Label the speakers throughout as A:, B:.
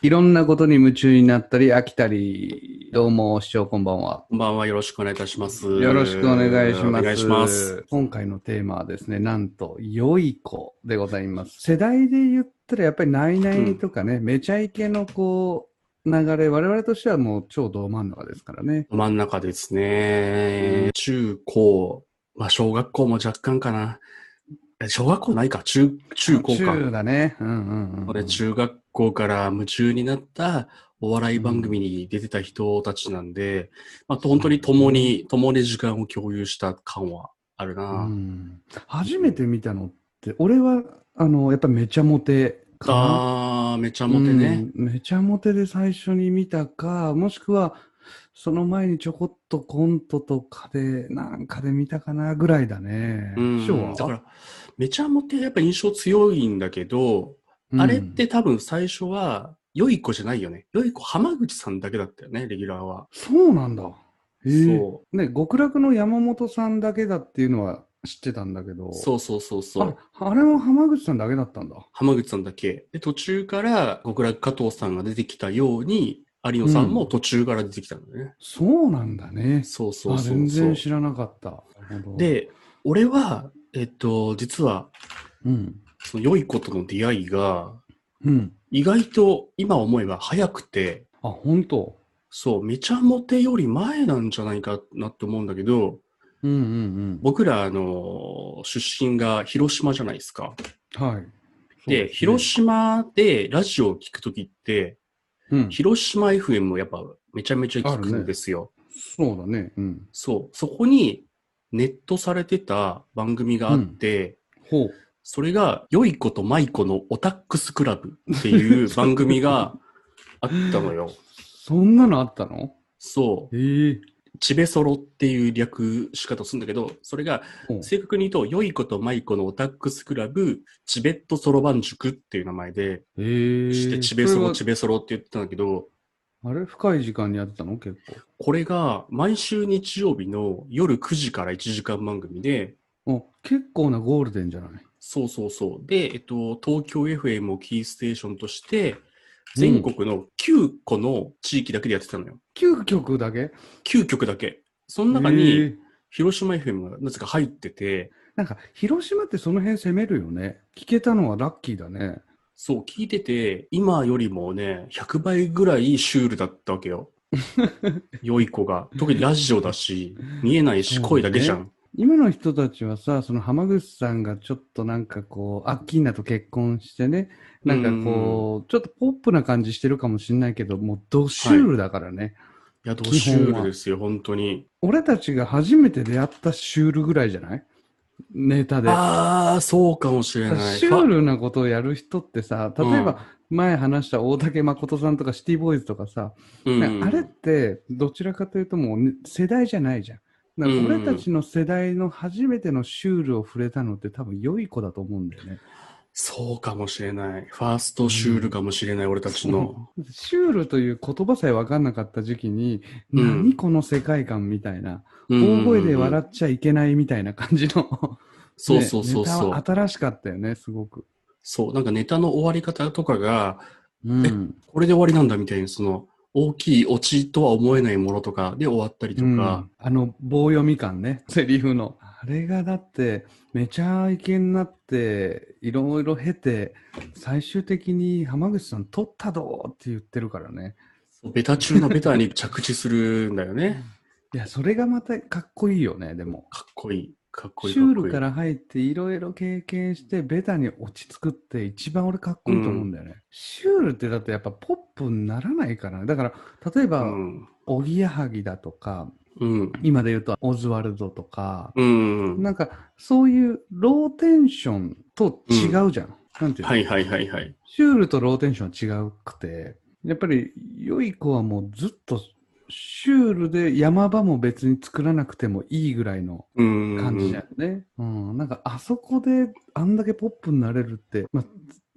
A: いろんなことに夢中になったり飽きたり、どうも、視聴こんばんは。
B: こんばんは、よろしくお願いいたします。
A: よろしくお願いします。
B: お願いします。
A: 今回のテーマはですね、なんと、良い子でございます。世代で言ったら、やっぱりナイナイとかね、めちゃイケのこう、流れ、我々としてはもう超ど真ん中ですからね。
B: 真ん中ですね。中高、まあ小学校も若干かな。え小学校ないか、中、中高か。
A: 中だね。うんうんうん、うん。
B: これ中学校から夢中になったお笑い番組に出てた人たちなんで、まあ本当に共に、共に時間を共有した感はある
A: う
B: な。
A: ん初めて見たのって、俺は、あの、やっぱめちゃモテかな。
B: あー、めちゃモテね。
A: うんめちゃモテで最初に見たか、もしくは、その前にちょこっとコントとかで、なんかで見たかなぐらいだね。
B: うん、
A: 師匠は
B: だから、めちゃモテやっぱ印象強いんだけど、あれっ、
A: うん
B: て多分最初は、良い子じゃないよね。良い子、浜口さんだけだったよね、レギュラーは。
A: そうなんだ。えー、
B: そ
A: ね、極楽の山本さんだけだっていうのは知ってたんだけど。
B: う。そうそうそうそう。
A: ああれも浜口さんだけだったんだ。
B: 浜口さんだけ。で、途中から、極楽加藤さんが出てきたように、有野さんも途中から出てきたんだよね。
A: そうなんだね。
B: そうそう
A: あ
B: そ
A: 全
B: うそう
A: 然。知らなかった。なるほど、
B: で、俺は、えっと、実は、
A: うん。
B: その良い子との出会いが、
A: うん。
B: 意外と今思えば早くて、
A: あ、本当
B: そう、めちゃモテより前なんじゃないかなって思うんだけど、
A: うんうん
B: 僕ら、あの、出身が広島じゃないですか。
A: うん。はい。そう
B: で、
A: すね
B: 広島でラジオを聞くときって、
A: うん、
B: 広島 FM をやっぱめちゃめちゃ聞くんですよ。
A: そうだね。うん。
B: そう。そこにネットされてた番組があって、
A: ほう。
B: それが、良い子と舞子のオタックスクラブっていう番組があったの よ。
A: そんなのあったの
B: そう。
A: ええ
B: チベソロっていう略し方をするんだけど、それが、正確に言うと、良い子と舞子のオタックスクラブ、チベットソロ番塾っていう名前で、
A: え
B: して、チベソロ、チベソロって言ってたんだけど、
A: あれ深い時間にやってたの結
B: これが毎週日曜日の夜9時から1時間番組で、
A: 構。あ結構なゴールデンじゃない
B: そうそうそう。で、えっと、東京 FM をキーステーションとして、全国の9個の地域だけでやってたのよ。
A: ?9 曲だけ
B: 9局だけ。その中
A: へ
B: に、
A: え
B: 広島 FM がなぜか入ってて、
A: なんか、広島ってその辺攻めるよね。聞けたのはラッキーだね。
B: そう、聞いてて、今よりもね、100倍ぐらいシュールだったわ けよ。良い子が。特にラジオだし、見えないし、声だけじゃん。
A: 今の人たちはさ、その浜口さんがちょっとなんかこう、アッキーナと結婚してね、なんかこう、ちょっとポップな感じしてるかもしれないけど、もうドシュールだからね。
B: いや、どうシュールですよ、本当に。
A: 俺たちが初めて出会ったシュールぐらいじゃないネタで。
B: ああ、そうかもしれない。
A: シュー
B: ファ
A: ルなことをやる人ってさ、例えば前話した大竹誠さんとかシティボーイズとかさ、
B: うん
A: あれってどちらかというともうね世代じゃないじゃん。だから
B: うん
A: 俺たちの世代の初めてのシュールを触れたのって多分良い子だと思うんだよね。
B: そうかもしれない。ファーストシュールかもしれない、俺たちの。
A: シュールという言葉さえ分かんなかった時期に、
B: うん
A: 何この世界観みたいな、
B: うん
A: 大声で笑っちゃいけないみたいな感じの、
B: そう
A: ね
B: そうそう
A: ネタ
B: そう
A: は。新しかったよね、すごく。
B: そう、なんかネタの終わり方とかが、
A: うん、
B: これで終わりなんだみたいに、その、大きいオチとは思えないものとかで終わったりとか、
A: あの棒読み感ね セリフのあれがだってめちゃイケになっていろいろ経て最終的に浜口さん取ったどーって言ってるからね
B: ベタ中のベタに着地するんだよね。
A: いやそれがまたかっこいいよねでも
B: かっこいい。かっこいい。。
A: シュールからら入っていろいろ経験してベタに落ち着くって一番俺かっこいいと思うんだよね、シュールってだってやっぱポップにならないからねだから例え
B: う
A: ば、
B: ん。
A: おぎやはぎだとか
B: うん。
A: 今で言うとオズワルドとか、
B: うん。
A: なんか、そういうローテンションと違うじゃん。なんていうの、
B: はいはいはいはい。
A: シュールとローテンションは違うくて、やっぱり良い子はもうずっとシュールで山場も別に作らなくてもいいぐらいの
B: うん。
A: 感じだよね。うん、なんかあそこであんだけポップになれるって、まあ、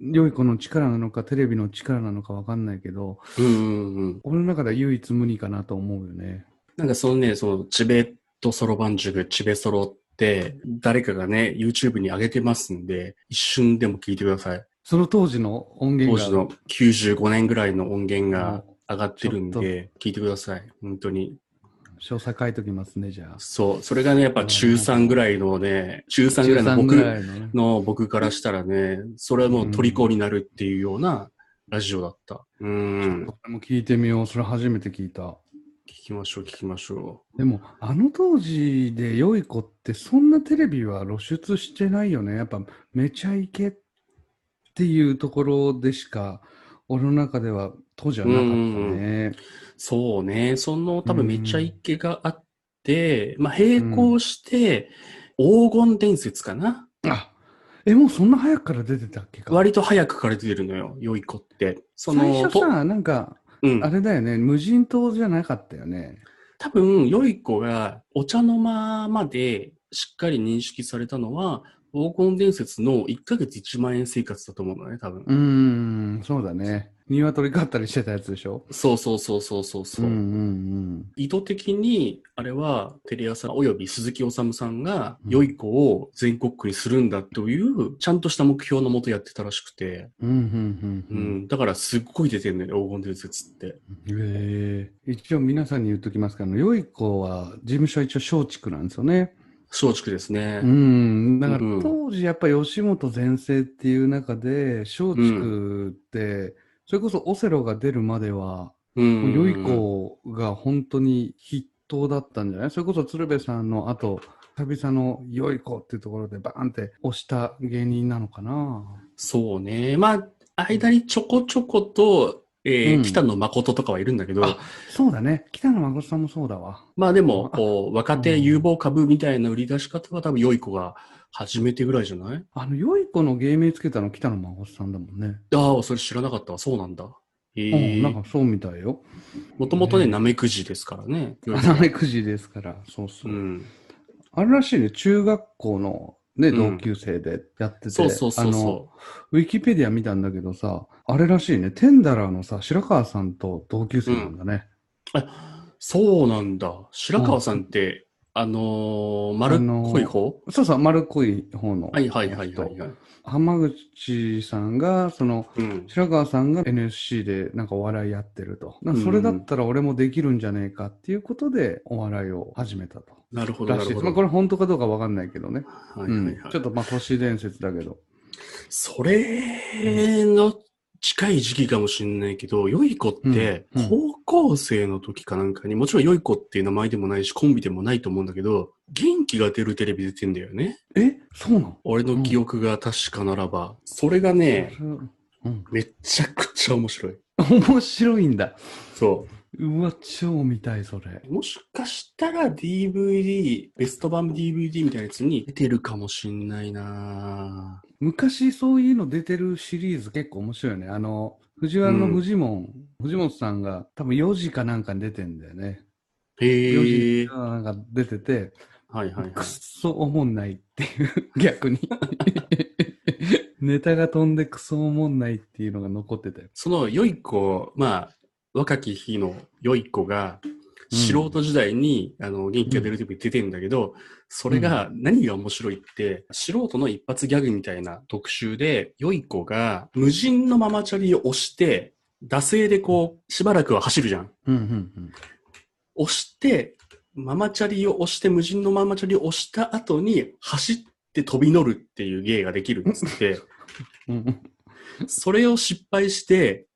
A: 良い子の力なのかテレビの力なのかわかんないけど、
B: うんうんうん。
A: 俺の中では唯一無二かなと思うよね。
B: なんかそのね、そのチベットソロ番塾、チベソロって、誰かがね、YouTube に上げてますんで、一瞬でも聞いてください。
A: その当時の音
B: 当
A: 源が。
B: 時の95年ぐらいの音源が上がってるん
A: ち
B: で、聞いてください。本当に。
A: 詳細書いときますね、じゃあ。
B: そう。それがね、やっぱ中3ぐらいのね、中3ぐらいの
A: 13ぐら
B: 僕
A: いのね。
B: の僕からしたらね、それはもう虜になるっていうようなラジオだった。うん。
A: これも聞いてみよう。それ初めて聞いた。
B: 聞きましょう、聞きましょ
A: でも、あの当時で良い子って、そんなテレビは露出してないよね。やっぱ、めちゃイケっていうところでしか、俺の中では当時はなかったね。
B: う。そうね。その多分めちゃイケがあって、まあ並行して、黄金伝説かな。
A: あえ、もうそんな早くから出てたっけか。
B: 割と早くから出てるのよ、良い子って。その、
A: 最初
B: と
A: さ、なんか、
B: うん
A: あ。れだよね、無人島じゃなかったよね。
B: 多分、良い子がお茶の間までしっかり認識されたのは、黄金伝説の1ヶ月1万円生活だと思うのね、多分。
A: うーん、そうだね。鶏飼ったりしてたやつでしょ。
B: そうそうそうそうそうそう。
A: んうん
B: 意図的に、あれは、テレ朝および鈴木治さんが、
A: うん
B: 良い子を全国区にするんだという、ちゃんとした目標のもとやってたらしくて、
A: うん。うんうう
B: うん
A: んうん
B: ん、だからすっごい出てるのよ、黄金伝説って。
A: ええ一応皆さんに言っときますけど、良い子は事務所は一応松竹なんですよね。
B: 松竹ですね。
A: うん。だから
B: うん
A: 当時やっぱ吉本全盛っていう中で、松竹って、それこそオセロが出るまでは、
B: うん
A: 良い子が本当に筆頭だったんじゃないそれこそ鶴瓶さんの後、久々の良い子っていうところでバーンって押した芸人なのかな。
B: そうね。まあ、間にちょこちょこと、えー
A: うん
B: 北野誠とかはいるんだけど、
A: あそうだね。北野誠さんもそうだわ。
B: まあでも、
A: あ
B: こう、若手有望株みたいな売り出し方は多分良い子が初めてぐらいじゃない
A: あの、良い子の芸名つけたの北野誠さんだもんね。
B: ああ、それ知らなかったわ。そうなんだ。え
A: うん、
B: え
A: なんかそうみたいよ。
B: もともとね、
A: ね
B: なめくじですからね。良い子
A: 穴目くじですから、そうそうう。
B: ん。
A: あるらしいね、中学校の、ね、
B: う
A: 同
B: ん
A: 級生でやってて、
B: そうそうそうそ
A: あのウィキペディア見たんだけどさ、あれらしいね、テンダラーのさ、白川さんと同級生なんだね。
B: う。あ、そうなんだ。白川さんって、あのー丸っこい方、
A: そうそう、丸っこい方の人。
B: はいはいはいはいはい。
A: 浜口さんが、その、
B: うん。
A: 白川さんが NSC でなんかお笑いやってると。なんかそれだったら俺もできるんじゃねえかっていうことでお笑いを始めたと。
B: なるほど、
A: ら
B: な
A: しいで
B: るほ
A: す。
B: ど。
A: まあこれ本当かどうかわかんないけどね。
B: はいうはい
A: ん
B: はい、
A: ちょっとまあ都市伝説だけど。
B: それの近い時期かもしれないけど、良い子って
A: うんうん
B: 高校生の時かなんかに、もちろん良い子っていう名前でもないし、コンビでもないと思うんだけど、元気が出るテレビ出てんだよね。
A: えそうなの
B: 俺の記憶が確かならば。それがね、
A: うん、
B: めちゃくちゃ面白い。
A: 面白いんだ。
B: そう
A: わ、超見たい、それ。
B: う。もしかしたら DVD、ベスト版 DVD みたいなやつに出てるかもしんないなぁ
A: 昔そういうの出てるシリーズ結構面白いよね。あの、藤原の
B: うん
A: 藤本、藤本さんが多分4時かなんかに出てんだよね。
B: へ
A: 4
B: え
A: 時。かなんか出てて、
B: はいはいはい
A: くっ。そおもんないっていう、逆 に。ネタが飛んでくそおもんないっていうのが残ってたよ。
B: その良い子、まあ、若き日の良い子が、
A: うん
B: 素人時代に、あの、元気が出る時に出てんだけど、それが、何が面白いって、素人の一発ギャグみたいな特集で、良い子が、無人のママチャリを押して、惰性でこう、しばらくは走るじゃん。
A: うんうん
B: 押して、ママチャリを押して、無人のママチャリを押した後に、走って飛び乗るっていう芸ができるっつって、
A: うん。うんうん
B: それを失敗して、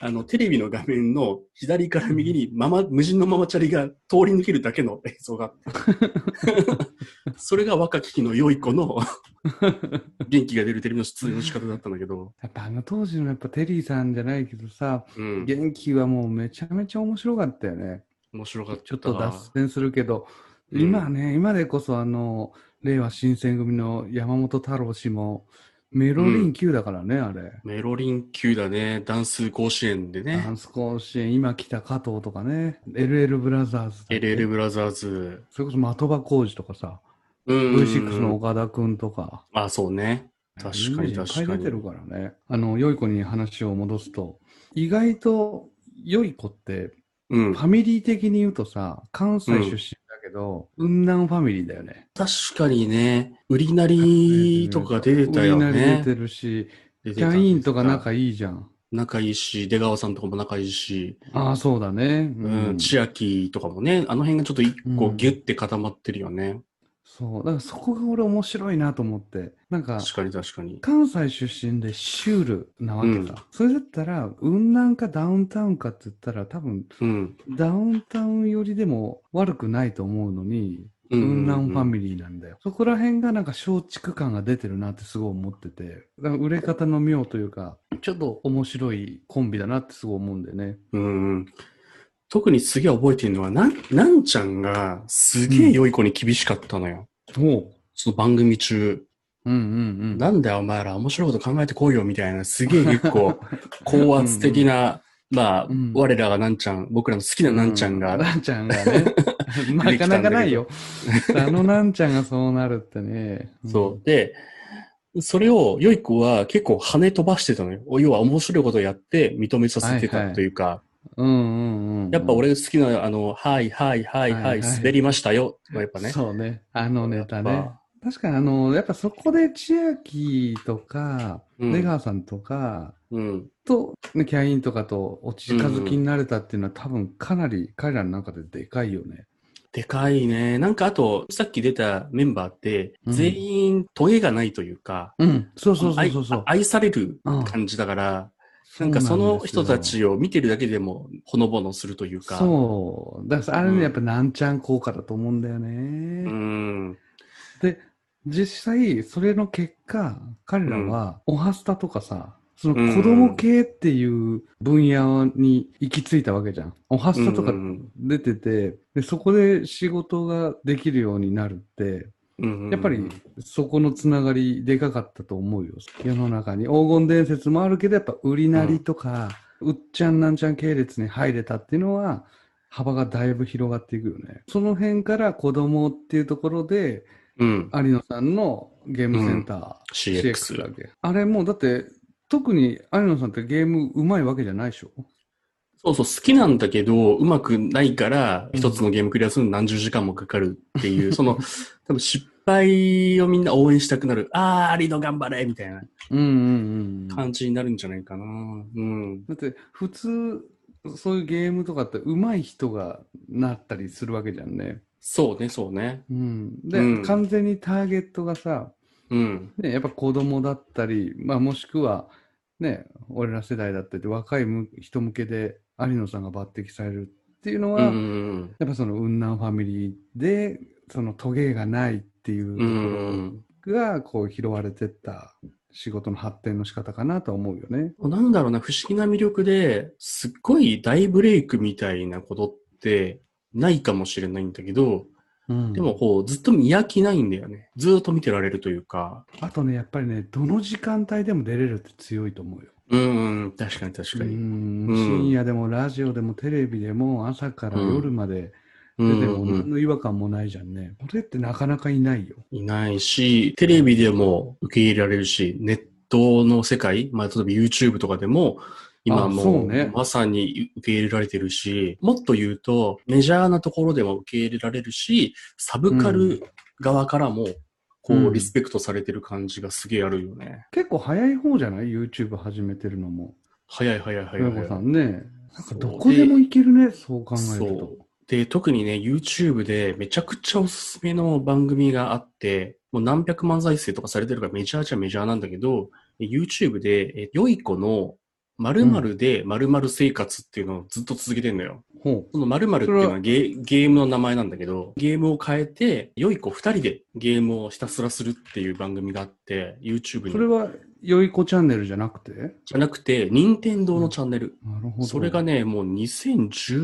B: あの、テレビの画面の左から右にママ、無人のママチャリが通り抜けるだけの映像が あって。それが若き日の良い子の元気が出るテレビの出演の仕方だったんだけど。
A: やっぱあの当時のやっぱテリーさんじゃないけどさ、
B: うん。
A: 元気はもうめちゃめちゃ面白かったよね。
B: 面白かった。
A: ちょっと脱線するけど、
B: うん
A: 今ね、今でこそあの、令和新選組の山本太郎氏も、メロリン級だからね、あれ。
B: メロリン級だね。ダンス甲子園で
A: ダ
B: ね。
A: ンス甲子園、今来た加藤とかね、LL ブラザーズだっけ
B: LL ブラザーズ。
A: それこそ的場浩二とかさ、
B: うん。
A: V6 の岡田くんとか。
B: あ、そうね。確かに確
A: いっ
B: か
A: ぱい出てる
B: に。
A: からね。あの、良い子に話を戻すと、意外と良い子って、
B: うん
A: フ。ァミリー的に言うとさ、関西出身だけど、雲南ファミリーだよね。
B: 確かにね、売りなりとか出てたよ
A: 売りなり
B: ね
A: 出。てるし、
B: 出て
A: キ
B: た
A: ャ
B: んですが
A: インとか仲いいじゃん。
B: 仲いいし、出川さんとかも仲いいし、
A: ああ、そうだね。う
B: うんん、。千秋とかもね、あの辺がちょっと一個
A: うん
B: ギュッて固まってるよね。
A: そう。だからそこが俺面白いなと思って。なんか、
B: 確かに確かに。
A: 関西出身でシュールなわけ
B: うん
A: だ。それだったら、雲南かダウンタウンかって言ったら、多分、
B: うん。
A: ダウンタウン寄りでも悪くないと思うのに、
B: う
A: 雲南ファミリーなんだよ。そこら辺がなんか松竹感が出てるなってすごい思ってて、だから売れ方の妙というか、ちょっと面白いコンビだなってすごい思うんだよね。
B: うんうん。特にすげえ覚えてるのは、なん、なんちゃんがすげえ良い子に厳しかったのよ。
A: おう。
B: その番組中。
A: うんうんうん。
B: なんだよお前ら面白いこと考えてこいよみたいな、すげえ結構高圧的な、まあ、
A: うん
B: 我らがなんちゃん、僕らの好きななんちゃんが、
A: うなんちゃんが ね。なかなかないよ。あのなんちゃんがそうなるってね。
B: そう。で、それを、良い子は結構跳ね飛ばしてたのよ。要は面白いことをやって認めさせて
A: はいは
B: た
A: い
B: というか、
A: うん。うんうんうん。
B: やっぱ俺が好きな、あの、はいはいはい
A: は
B: はいい、
A: はい
B: 滑りましたよ、やっぱね。
A: そうね。あのネタ
B: やっ
A: ね
B: ぱ。
A: 確かにあの、やっぱそこで千秋とか、
B: うん
A: 出川さんとか、
B: うん。
A: と、ね、キャインとかとお近づきになれたっていうのは、多分かなり彼らの中ででかいよね。
B: でかいね。なんかあと、さっき出たメンバーって、
A: うん
B: 全員、トゲがないというか、
A: うん。そうそうそうそうそう。
B: 愛愛される感じだから、なんかその人たちを見てるだけでもほのぼのするというか。
A: そう。だからあれね、
B: うん
A: やっぱなんちゃん効果だと思うんだよね。
B: うん。
A: で、実際、それの結果、彼らは、オハスタとかさ、その子供系っていう分野に行き着いたわけじゃん。オハスタとか
B: うんうん
A: 出てて、で、そこで仕事ができるようになるって、
B: うんうん
A: やっぱりそこのつながりでかかったと思うよ。世の中に。黄金伝説もあるけど、やっぱ売りなりとか、うっちゃんなんちゃん系列に入れたっていうのは、幅がだいぶ広がっていくよね。その辺から子供っていうところで、
B: うん。
A: 有野さんのゲームセンター、CX だ
B: CX。
A: っけあれもうだって特に有野さんってゲームうまいわけじゃないでしょ
B: そうそう、好きなんだけど、うまくないから、
A: うん
B: 一つのゲームクリアするの何十時間もかかるっ ていう、その、多分失敗をみんな応援したくなる、あー、リド頑張れみたいな
A: うんうんうんだ
B: 感じになるんじゃないかな。うん。
A: って普通そういうゲームとかってうまい人がなったりするわけじゃんね
B: そうね、そうね。
A: うんで、
B: うん
A: 完全にターゲットがさ、
B: うん。
A: ね、やっぱ子供だったり、まあ、もしくはね俺ら世代だったり若いむ人向けで有野さんが抜擢されるっていうの
B: うんう
A: は、
B: ん
A: やっぱその雲南ファミリーでそのトゲがないっていう
B: うん。うんう
A: とこ
B: ん
A: ろがこう拾われてった仕事の発展の仕方かなとは思うよね。
B: なんだろうな、不思議な魅力で、すっごい大ブレイクみたいなことってないかもしれないんだけど、でもこう、ずっと見飽きないんだよね。ずっと見てられるというか。
A: あとねやっぱりねどの時間帯でも出れるって強いと思うよ。
B: うん、うん、確かに確か
A: う
B: に。
A: ん
B: うん
A: 深夜でもラジオでもテレビでも朝から夜まで
B: う
A: 出
B: ん
A: ても
B: う
A: 何
B: ん、
A: の違和感もないじゃんね。これってなかなかいないよ。
B: いないし、テレビでも受け入れられるし、ネットの世界、まあ、例えば YouTube とかでも、今
A: あそ
B: も
A: う
B: う
A: ね
B: まさに受け入れられてるし、もっと言うと、メジャーなところでも受け入れられるし、サブカ
A: う
B: ル側からも、こ
A: うん
B: う、リスペクトされてる感じがすげえあるよね。
A: 結構早い方じゃない ?YouTube 始めてるのも。
B: 早い早い早い
A: よ
B: 早
A: こ
B: い
A: さ。んね。なんかどこでもいけるね、そう考えると
B: そ。う。で、特にね、YouTube でめちゃくちゃおすすめの番組があって、もう何百万再生とかされてるからメジャーじゃメジャーなんだけど、YouTube で、え、良い子の〇〇で〇〇生活っていうのをずっと続けてんのよ。
A: ほう。
B: その〇〇っていうのはゲーゲームの名前なんだけど、ゲームを変えて、良い子二人でゲームをひたすらするっていう番組があって、YouTube に。
A: それは、よいこチャンネルじゃなくて
B: じゃなくて、任天堂のチャンネル。
A: なるほど。
B: それがね、もう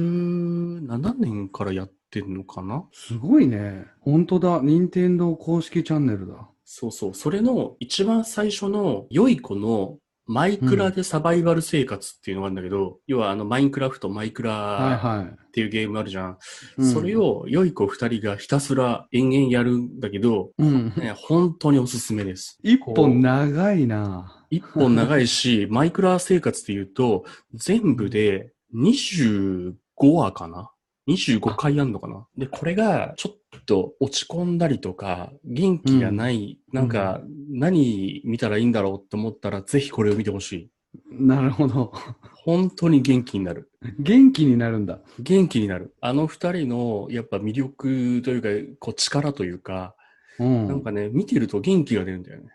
B: 2017年からやってんのかな
A: すごいね。本当だ。任天堂公式チャンネルだ。
B: そうそう。それの一番最初の良い子のマイクラでサバイバル生活っていうのがあるんだけど、要はあのマインクラフト、マイク
A: はい
B: ラ
A: は
B: っていうゲームあるじゃん。
A: い。うん
B: それ。を良い子二人がひたすら延々やるんだけど、
A: うん。
B: ね、本当におすすめです。
A: 一
B: こう
A: 本長いな。
B: 一本長いし、マイクラ生活で言うと、全部で25話かな ?25 回あんのかなで、これが、ちょっと落ち込んだりとか、元気がない、なんか、何見たらいいんだろうって思ったら、ぜひこれを見てほしい。
A: なるほど。
B: 本当に元気になる。
A: 元気になるんだ。
B: 元気になる。あの二人の、やっぱ魅力というか、こう力というか、
A: うん。
B: なんかね、見てると元気が出るんだよね。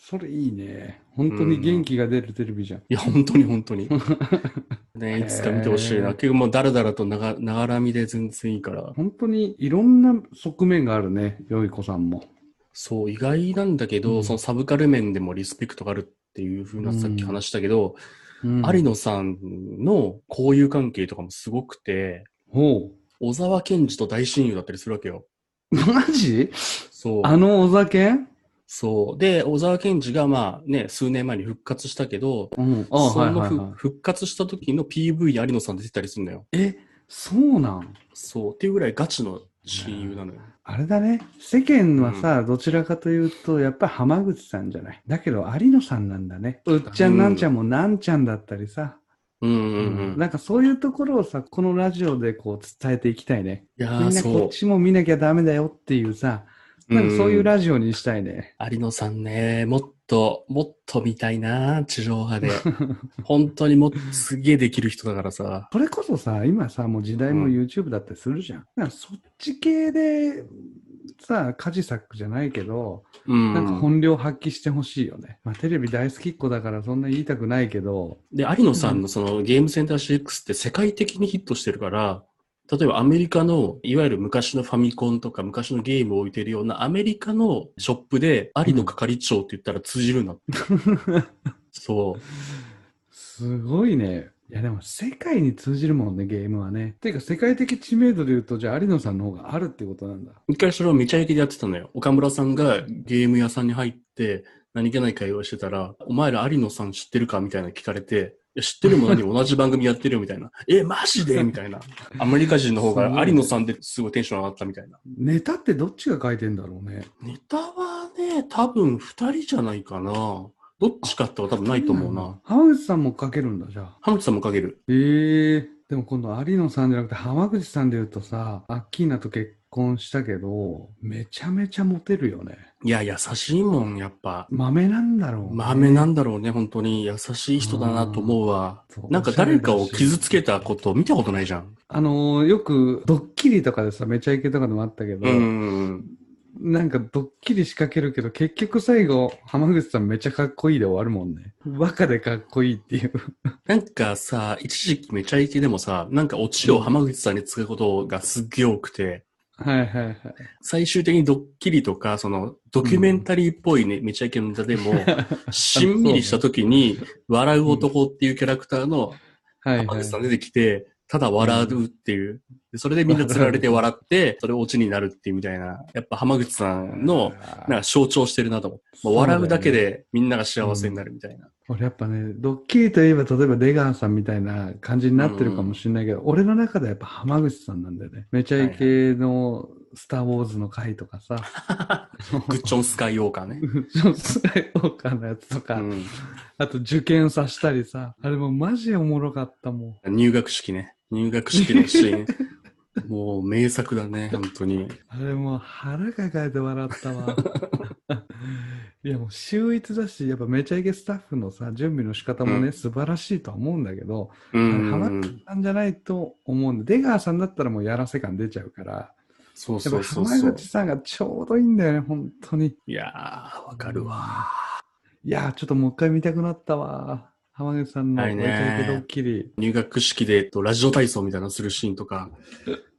A: それいいね。本当に元気が出るテレビじゃん。
B: いや、本当に本 当に。ね、いつか見てほしい
A: へ
B: な。
A: ー
B: 結構もうだらだらとながながらみで全然いいから。
A: 本当にいろんな側面があるね、よい子さんも。
B: そう、意外なんだけ
A: う
B: ど、
A: ん
B: そのサブカル面でもリスペクトがあるっていうふうな、
A: うん
B: さっき話したけど、
A: うん
B: 有野さんの交友関係とかもすごくて、
A: ほ
B: 小沢健二と大親友だったりするわけよ。
A: う。マジ
B: そう。
A: あのお酒
B: そう。で、小沢健二がまあね、数年前に復活したけど、
A: うん。あ
B: そ
A: はい
B: の
A: はい
B: ふ、
A: はい。
B: 復活した時の PV に有野さん出てたりするんだよ。
A: え、そうなん
B: そう。っていうぐらいガチの親友なのよ。
A: あれだね。世間はさ、どちらかというと、やっぱり浜口さんじゃない。だけど、有野さんなんだね。うっちゃ、
B: うんん
A: なんちゃんもなんちゃんだったりさ。
B: うんうんうん。
A: なんかそういうところをさ、このラジオでこう伝えていきたいね。
B: いや
A: み
B: ー
A: んなこっちも見なきゃダメだよっていうさ、なんかそういうラジオにしたいね。
B: 有野さんね、もっと、もっと見たいな、地上 波で。本当にもっとすげえできる人だからさ。
A: それこそさ、今さ、もう時代も
B: うん
A: YouTube だったりするじゃん。なんかそっち系で、さ、家事作じゃないけど、
B: うん。
A: なんか本領発揮してほしいよね。まあテレビ大好きっ子だからそんな言いたくないけど、
B: で、有野さんのそのゲームセンター6って世界的にヒットしてるから、例えばアメリカの、いわゆる昔のファミコンとか昔のゲームを置いてるようなアメリカのショップで、有野係長って言ったら通じる んだって。そう。
A: すごいね。いやでも世界に通じるもんね、ゲームはね。ていうか世界的知名度で言うと、じゃあ有野さんの方があるってことなんだ。
B: 一回それをめちゃイケでやってたのよ。岡村さんがゲーム屋さんに入って何気ない会話してたら、お前ら有野さん知ってるかみたいなの聞かれて、いや知って るも何も同じ番組やってるよみたいな。え、マジでみたいな。アメリカ人の方
A: すごい
B: が
A: ね
B: 有野さんですごいテンション上がったみたいな。
A: ネタってどっちが書いてんだろうね。
B: ネタはね、多分二人じゃないかな。どっちかっては多分ないと思うな。。
A: 浜口さんも書けるんだ、じゃあ。
B: ハムチさんもかける。
A: ええでも今度有野さんじゃなくて浜口さんで言うとさ、アッキーナと結婚したけど、めちゃめちゃモテるよね。
B: いや、優しいもん、やっぱ。
A: 豆なんだろうね、
B: 豆なんだろうね、本当に。優しい人だなと思うわ
A: うんそ。う
B: なんか誰かを傷つけたこと見たことないじゃん。
A: あのーよくドッキリとかでさ、めちゃイケとかでもあったけど、
B: うん。
A: なんかドッキリ仕掛けるけど、結局最後、浜口さんめちゃかっこいいで終わるもんね。バカでかっこいいっていう。
B: なんかさ、一時期めちゃイケでもさ、なんかオチを浜口さんにつくことがすっげえ多くて、
A: はいはいはい。
B: 最終的にドッキリとか、その、ドキュメンタリーっぽいね、めちゃイケのネタで も、しんみりした時に、笑う男っていうキャラクターの
A: はい
B: 浜
A: は
B: 口
A: い。
B: さん出てきて、ただ笑うっていう。でそれでみんな釣ら れて笑って、それオチになるっていうみたいな。やっぱ浜口さんの、なんか象徴してるなと思って。もう笑うだけでみんなが幸せになるみたいな。
A: 俺やっぱね、ドッキリといえば、例えば出川さんみたいな感じになってるかもしれないけど、俺の中ではやっぱ浜口さんなんだよね。めちゃイケのスター・ウォーズの回とかさ、
B: グッチョンスカイウォーカーね。
A: ちょっと スカイウォーカーのやつとか、
B: うん
A: あと受験さしたりさ、あれもマジおもろかったもん。
B: 入学式ね。入学式のシーン。 もう名作だね、本当に。
A: あれもう腹抱えて笑ったわ。 いやもう秀逸だし、やっぱめちゃイケスタッフのさ、準備の仕方もね、
B: うん
A: 素晴らしいとは思うんだけど、
B: うんうんう
A: 浜
B: ん。
A: 口さんじゃないと思うんで、出川さんだったらもうやらせ感出ちゃうから、
B: そう
A: やっ
B: そ
A: ぱ
B: うそうそ
A: 浜
B: う。
A: 口さんがちょうどいいんだよね、本当に。
B: いやー、わかるわ。
A: いやー、ちょっともう一回見たくなったわ。浜口さんの
B: はいね
A: めちゃイケドッキリ。
B: 入学式で、えっと、ラジオ体操みたいなのするシーンとか、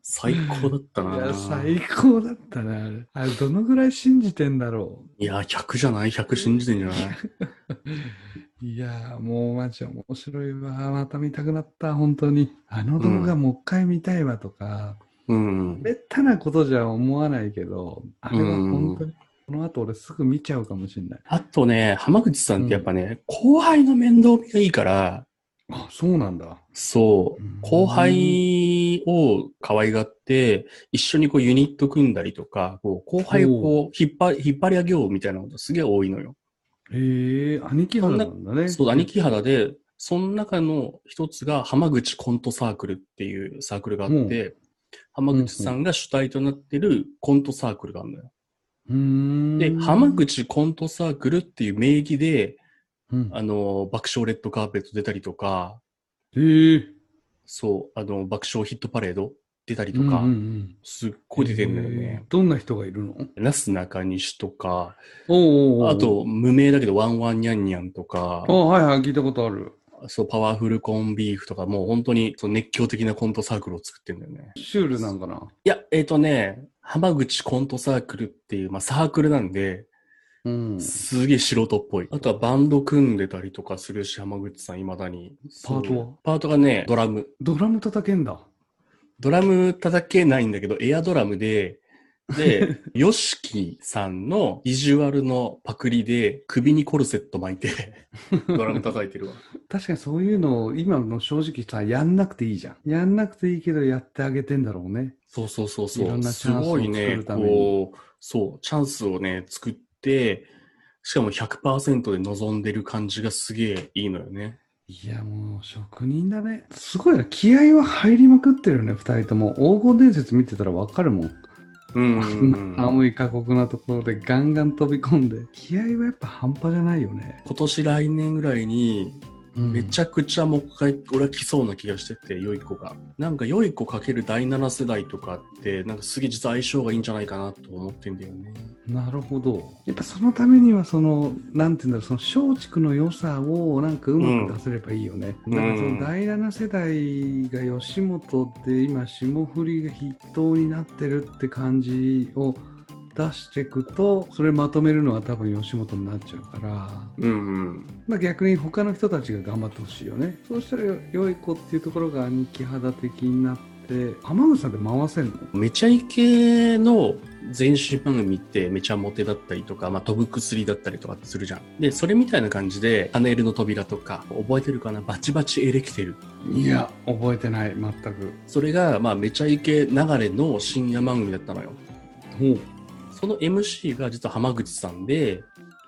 B: 最高だった
A: い
B: な。
A: や、最高だったね、あれ。あれ、どのぐらい信じてんだろ。
B: いやー、100じゃない ?100 信じてんじゃないう
A: いやー、もうマジ面白いわ。また見たくなった、本当に。あの動画もう一回見たいわとか、
B: うん。
A: べったなことじゃ思わないけど、あれは本当
B: う
A: に、この後俺すぐ見ちゃうかもしれない。
B: あとね、浜口さんってやっぱね、後輩の面倒見がいいから、
A: あ、そうなんだ。
B: そう
A: うん、
B: 後輩を可愛がって、一緒にこうユニット組んだりとか、こう後輩をこう引っ張り、引っ張り上げようみたいなことすげえ多いのよ。
A: へえ、兄貴肌なんだね。
B: そう、兄貴肌で、その中の一つが浜口コントサークルっていうサークルがあって、浜口さんが主体となってるコントサークルがあるのよ。
A: うーん
B: で、浜、口コントサークルっていう名義で、
A: うん、
B: あの、爆笑レッドカーペット出たりとか、
A: えー、
B: そう、あの、爆笑ヒットパレード出たりと
A: うん
B: か、
A: うんうん
B: すっごい出てるんだよ
A: え
B: ね
A: ー。どんな人がいるの
B: なすなかにしとか、
A: おうおうおう
B: あ、と、無名だけど、ワンワンニャンニャンとか
A: あ、はいはい、聞いたことある。
B: そう、パワフルコンビーフとか、もう本当にその熱狂的なコントサークルを作ってるんだよね。
A: シュールなんかな。
B: いや、えっ、とね、浜口コントサークルっていう、まあサークルなんで、
A: うん。
B: すげえ素人っぽい。あとはバンド組んでたりとかするし、浜口さん未だに。
A: パートは
B: そうパートがね、ドラム。
A: ドラム叩けんだ。
B: ドラム叩けないんだけど、エアドラムで、で、 ヨシキさんのビジュアルのパクリで、首にコルセット巻いて、 ドラム叩いてるわ。
A: 確かにそういうのを今の正直さ、やんなくていいじゃん。やんなくていいけどやってあげてんだろうね。
B: そうそうそうそう。
A: いろんなチャンスを
B: すごいね
A: 作る、ために
B: こう、そう、チャンスをね、作って、しかも100%で望んでる感じがすげえいいのよね。
A: いやもう職人だね。すごいな。気合は入りまくってるよね、二人とも。黄金伝説見てたらわかるもん。
B: うんうんうん、今
A: 寒い過酷なところでガンガン飛び込んで。気合はやっぱ半端じゃないよね。
B: 年来年ぐらいに、め
A: ゃ。
B: ちゃくちゃもう一回、俺は来そうな気がしてて、良い子が。なんか良い子かける第7世代とかって、なんかすげえ実は相性がいいんじゃないかなと思ってんだよね。
A: なるほど。やっぱそのためには、その、なんていうんだろう、その松竹の良さをなんかうまく出せればいいよね。
B: うん
A: だからその第7世代が吉本で今、霜降りが筆頭になってるって感じを出していくと、それまとめるのは多分吉本になっちゃうから、
B: うんうん。
A: まあ、逆に他の人たちが頑張ってほしいよね。そうしたら良い子っていうところが兄貴肌的になって、浜口さんって回せんの
B: めちゃイケの前身番組ってめちゃモテだったりとか、まあ、飛ぶ薬だったりとかするじゃん。で、それみたいな感じで、パネルの扉とか、覚えてるかなバチバチエレキテル。
A: いや、覚えてない、全く。
B: それが、まあ、めちゃイケ流れの深夜番組だったのよ。
A: ほう。
B: その MC が実は浜口さんで、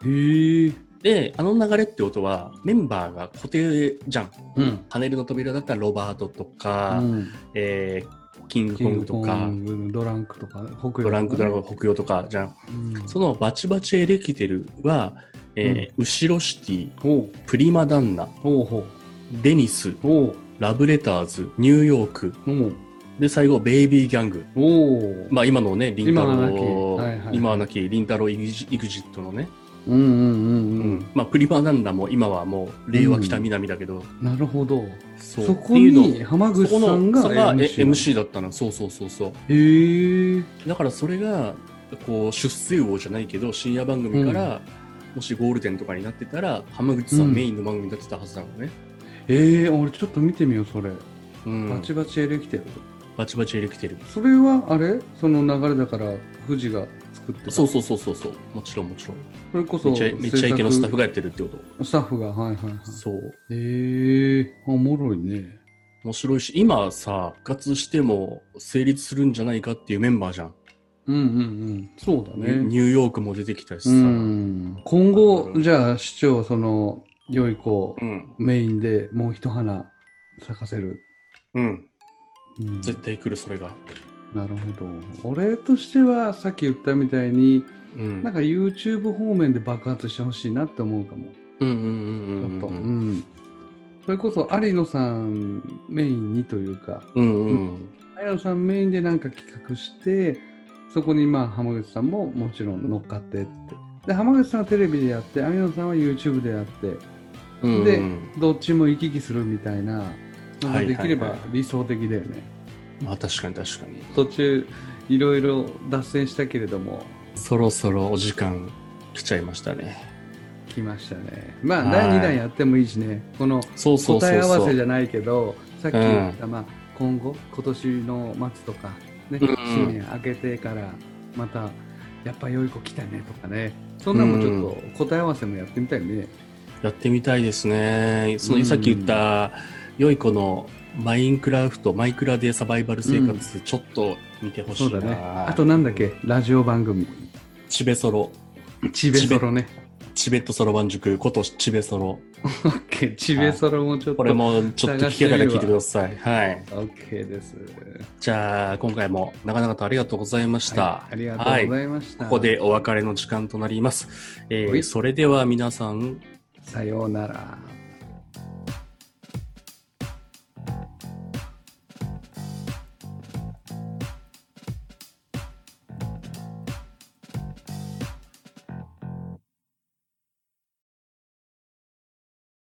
A: へえ。
B: で、あの流れってことは、メンバーが固定じゃん。
A: うん。
B: パネルの扉だったらロバートとか、
A: うん
B: えーキング
A: キ
B: コン
A: ン
B: グ
A: グ
B: と
A: コ
B: か、
A: ングのドランクとか、北
B: ドランクドラ
A: ン。
B: ゴン北洋とかじゃん。
A: うん
B: そのバチバチエレキテルは、えー後ろシティ、
A: ほう
B: プリマダンナ、
A: ほうほ
B: デニス、
A: う。ほう。
B: ラブレターズ、ニューヨーク、
A: ほう。
B: で、最後、ベイビーギャング。
A: おお。
B: まあ、今のね、リンタ
A: 今
B: ロ
A: はなきはいはい
B: 今はなき、リンタロウイグジイグジットのね、
A: うんうんうんう。
B: うんんまあ、プリマダンナも今はもう、令和北南だけど、
A: なるほど。
B: そ
A: そ
B: って
A: こ
B: いうのを
A: に浜口
B: そこ
A: さん
B: の
A: が
B: そこ
A: MC
B: が
A: なの。
B: MC だったのそうそうそうそう
A: へえ。
B: だからそれがこう出世魚じゃないけど深夜番組から、もしゴールデンとかになってたら浜口さ
A: うんん
B: メインの番組になってたはずなのね、
A: ええ、俺ちょっと見てみよう、それ。
B: うん
A: バチバチエレキテル。
B: バチバチエレキテル
A: それは、あれその流れだから、富士が作ってた
B: そうそうそうそうそうもちろんもちろん
A: それこそ
B: めっ、ちゃめっちゃイケのスタッフ
A: が。
B: がやってるってこと
A: スタッフが、はいはいはい。
B: そう
A: へえ、おもろいね。
B: 面白いし今さ復活しても成立するんじゃないかっていうメンバーじゃん、
A: うんうんうん。そうだね。
B: ニューヨークも出てきたしさ、
A: うん今後、じゃあ市長、その、良い子を
B: うん
A: メインでもう一花咲かせる。
B: うん、
A: うん
B: 絶対来るそれが、
A: なるほど。俺としては、さっき言ったみたいに、
B: うん、
A: なんか YouTube 方面で爆発してほしいなって思うかも。
B: うんうんうんうん
A: ち
B: う
A: ょっと。うんん。それこそ、有野さんメインにというか、
B: うんうん
A: 有野さんメインでなんか企画して、そこにまあ浜口さんももちろん乗っかってって。で、浜口さんはテレビでやって、有野さんは YouTube でやって、
B: うん
A: で
B: うん
A: どっちも行き来するみたいなのが
B: はいはいはい
A: できれば理想的だよね、
B: まあ確かに確かに
A: 途中いろいろ脱線したけれども
B: そろそろお時間来ちゃいましたね
A: 来ましたねまあ、
B: はい
A: 第2弾やってもいいしねこの
B: そうそうそう
A: 答え合わ
B: そ
A: せじ
B: う
A: ゃないけどさっき言った、まあ、今後今年の末とかね、
B: うんうん
A: 新年明けてからまたやっぱ良い子来たねとかねそんなのもちょっと答え合わせもやってみたいね、
B: やってみたいですねそうの
A: ん
B: さっき言った良い子のマインクラフトマイクラでサバイバル生活、ちょっと見てほし
A: そ
B: い
A: だ
B: うな、
A: ねあとなんだっけラジオ番組
B: チベソロ
A: チベソロね
B: チベットそろばん塾ことチベそろ。
A: オッケー、チベソロもちょっと。
B: これもちょっと聞きながら聞いてください。はい。
A: オッケーです。
B: じゃあ、今回も長々とありがとうございました。
A: はいありがとうご
B: はい
A: ざいました。
B: ここでお別れの時間となります。えー
A: はい
B: それでは皆さん、
A: さようなら。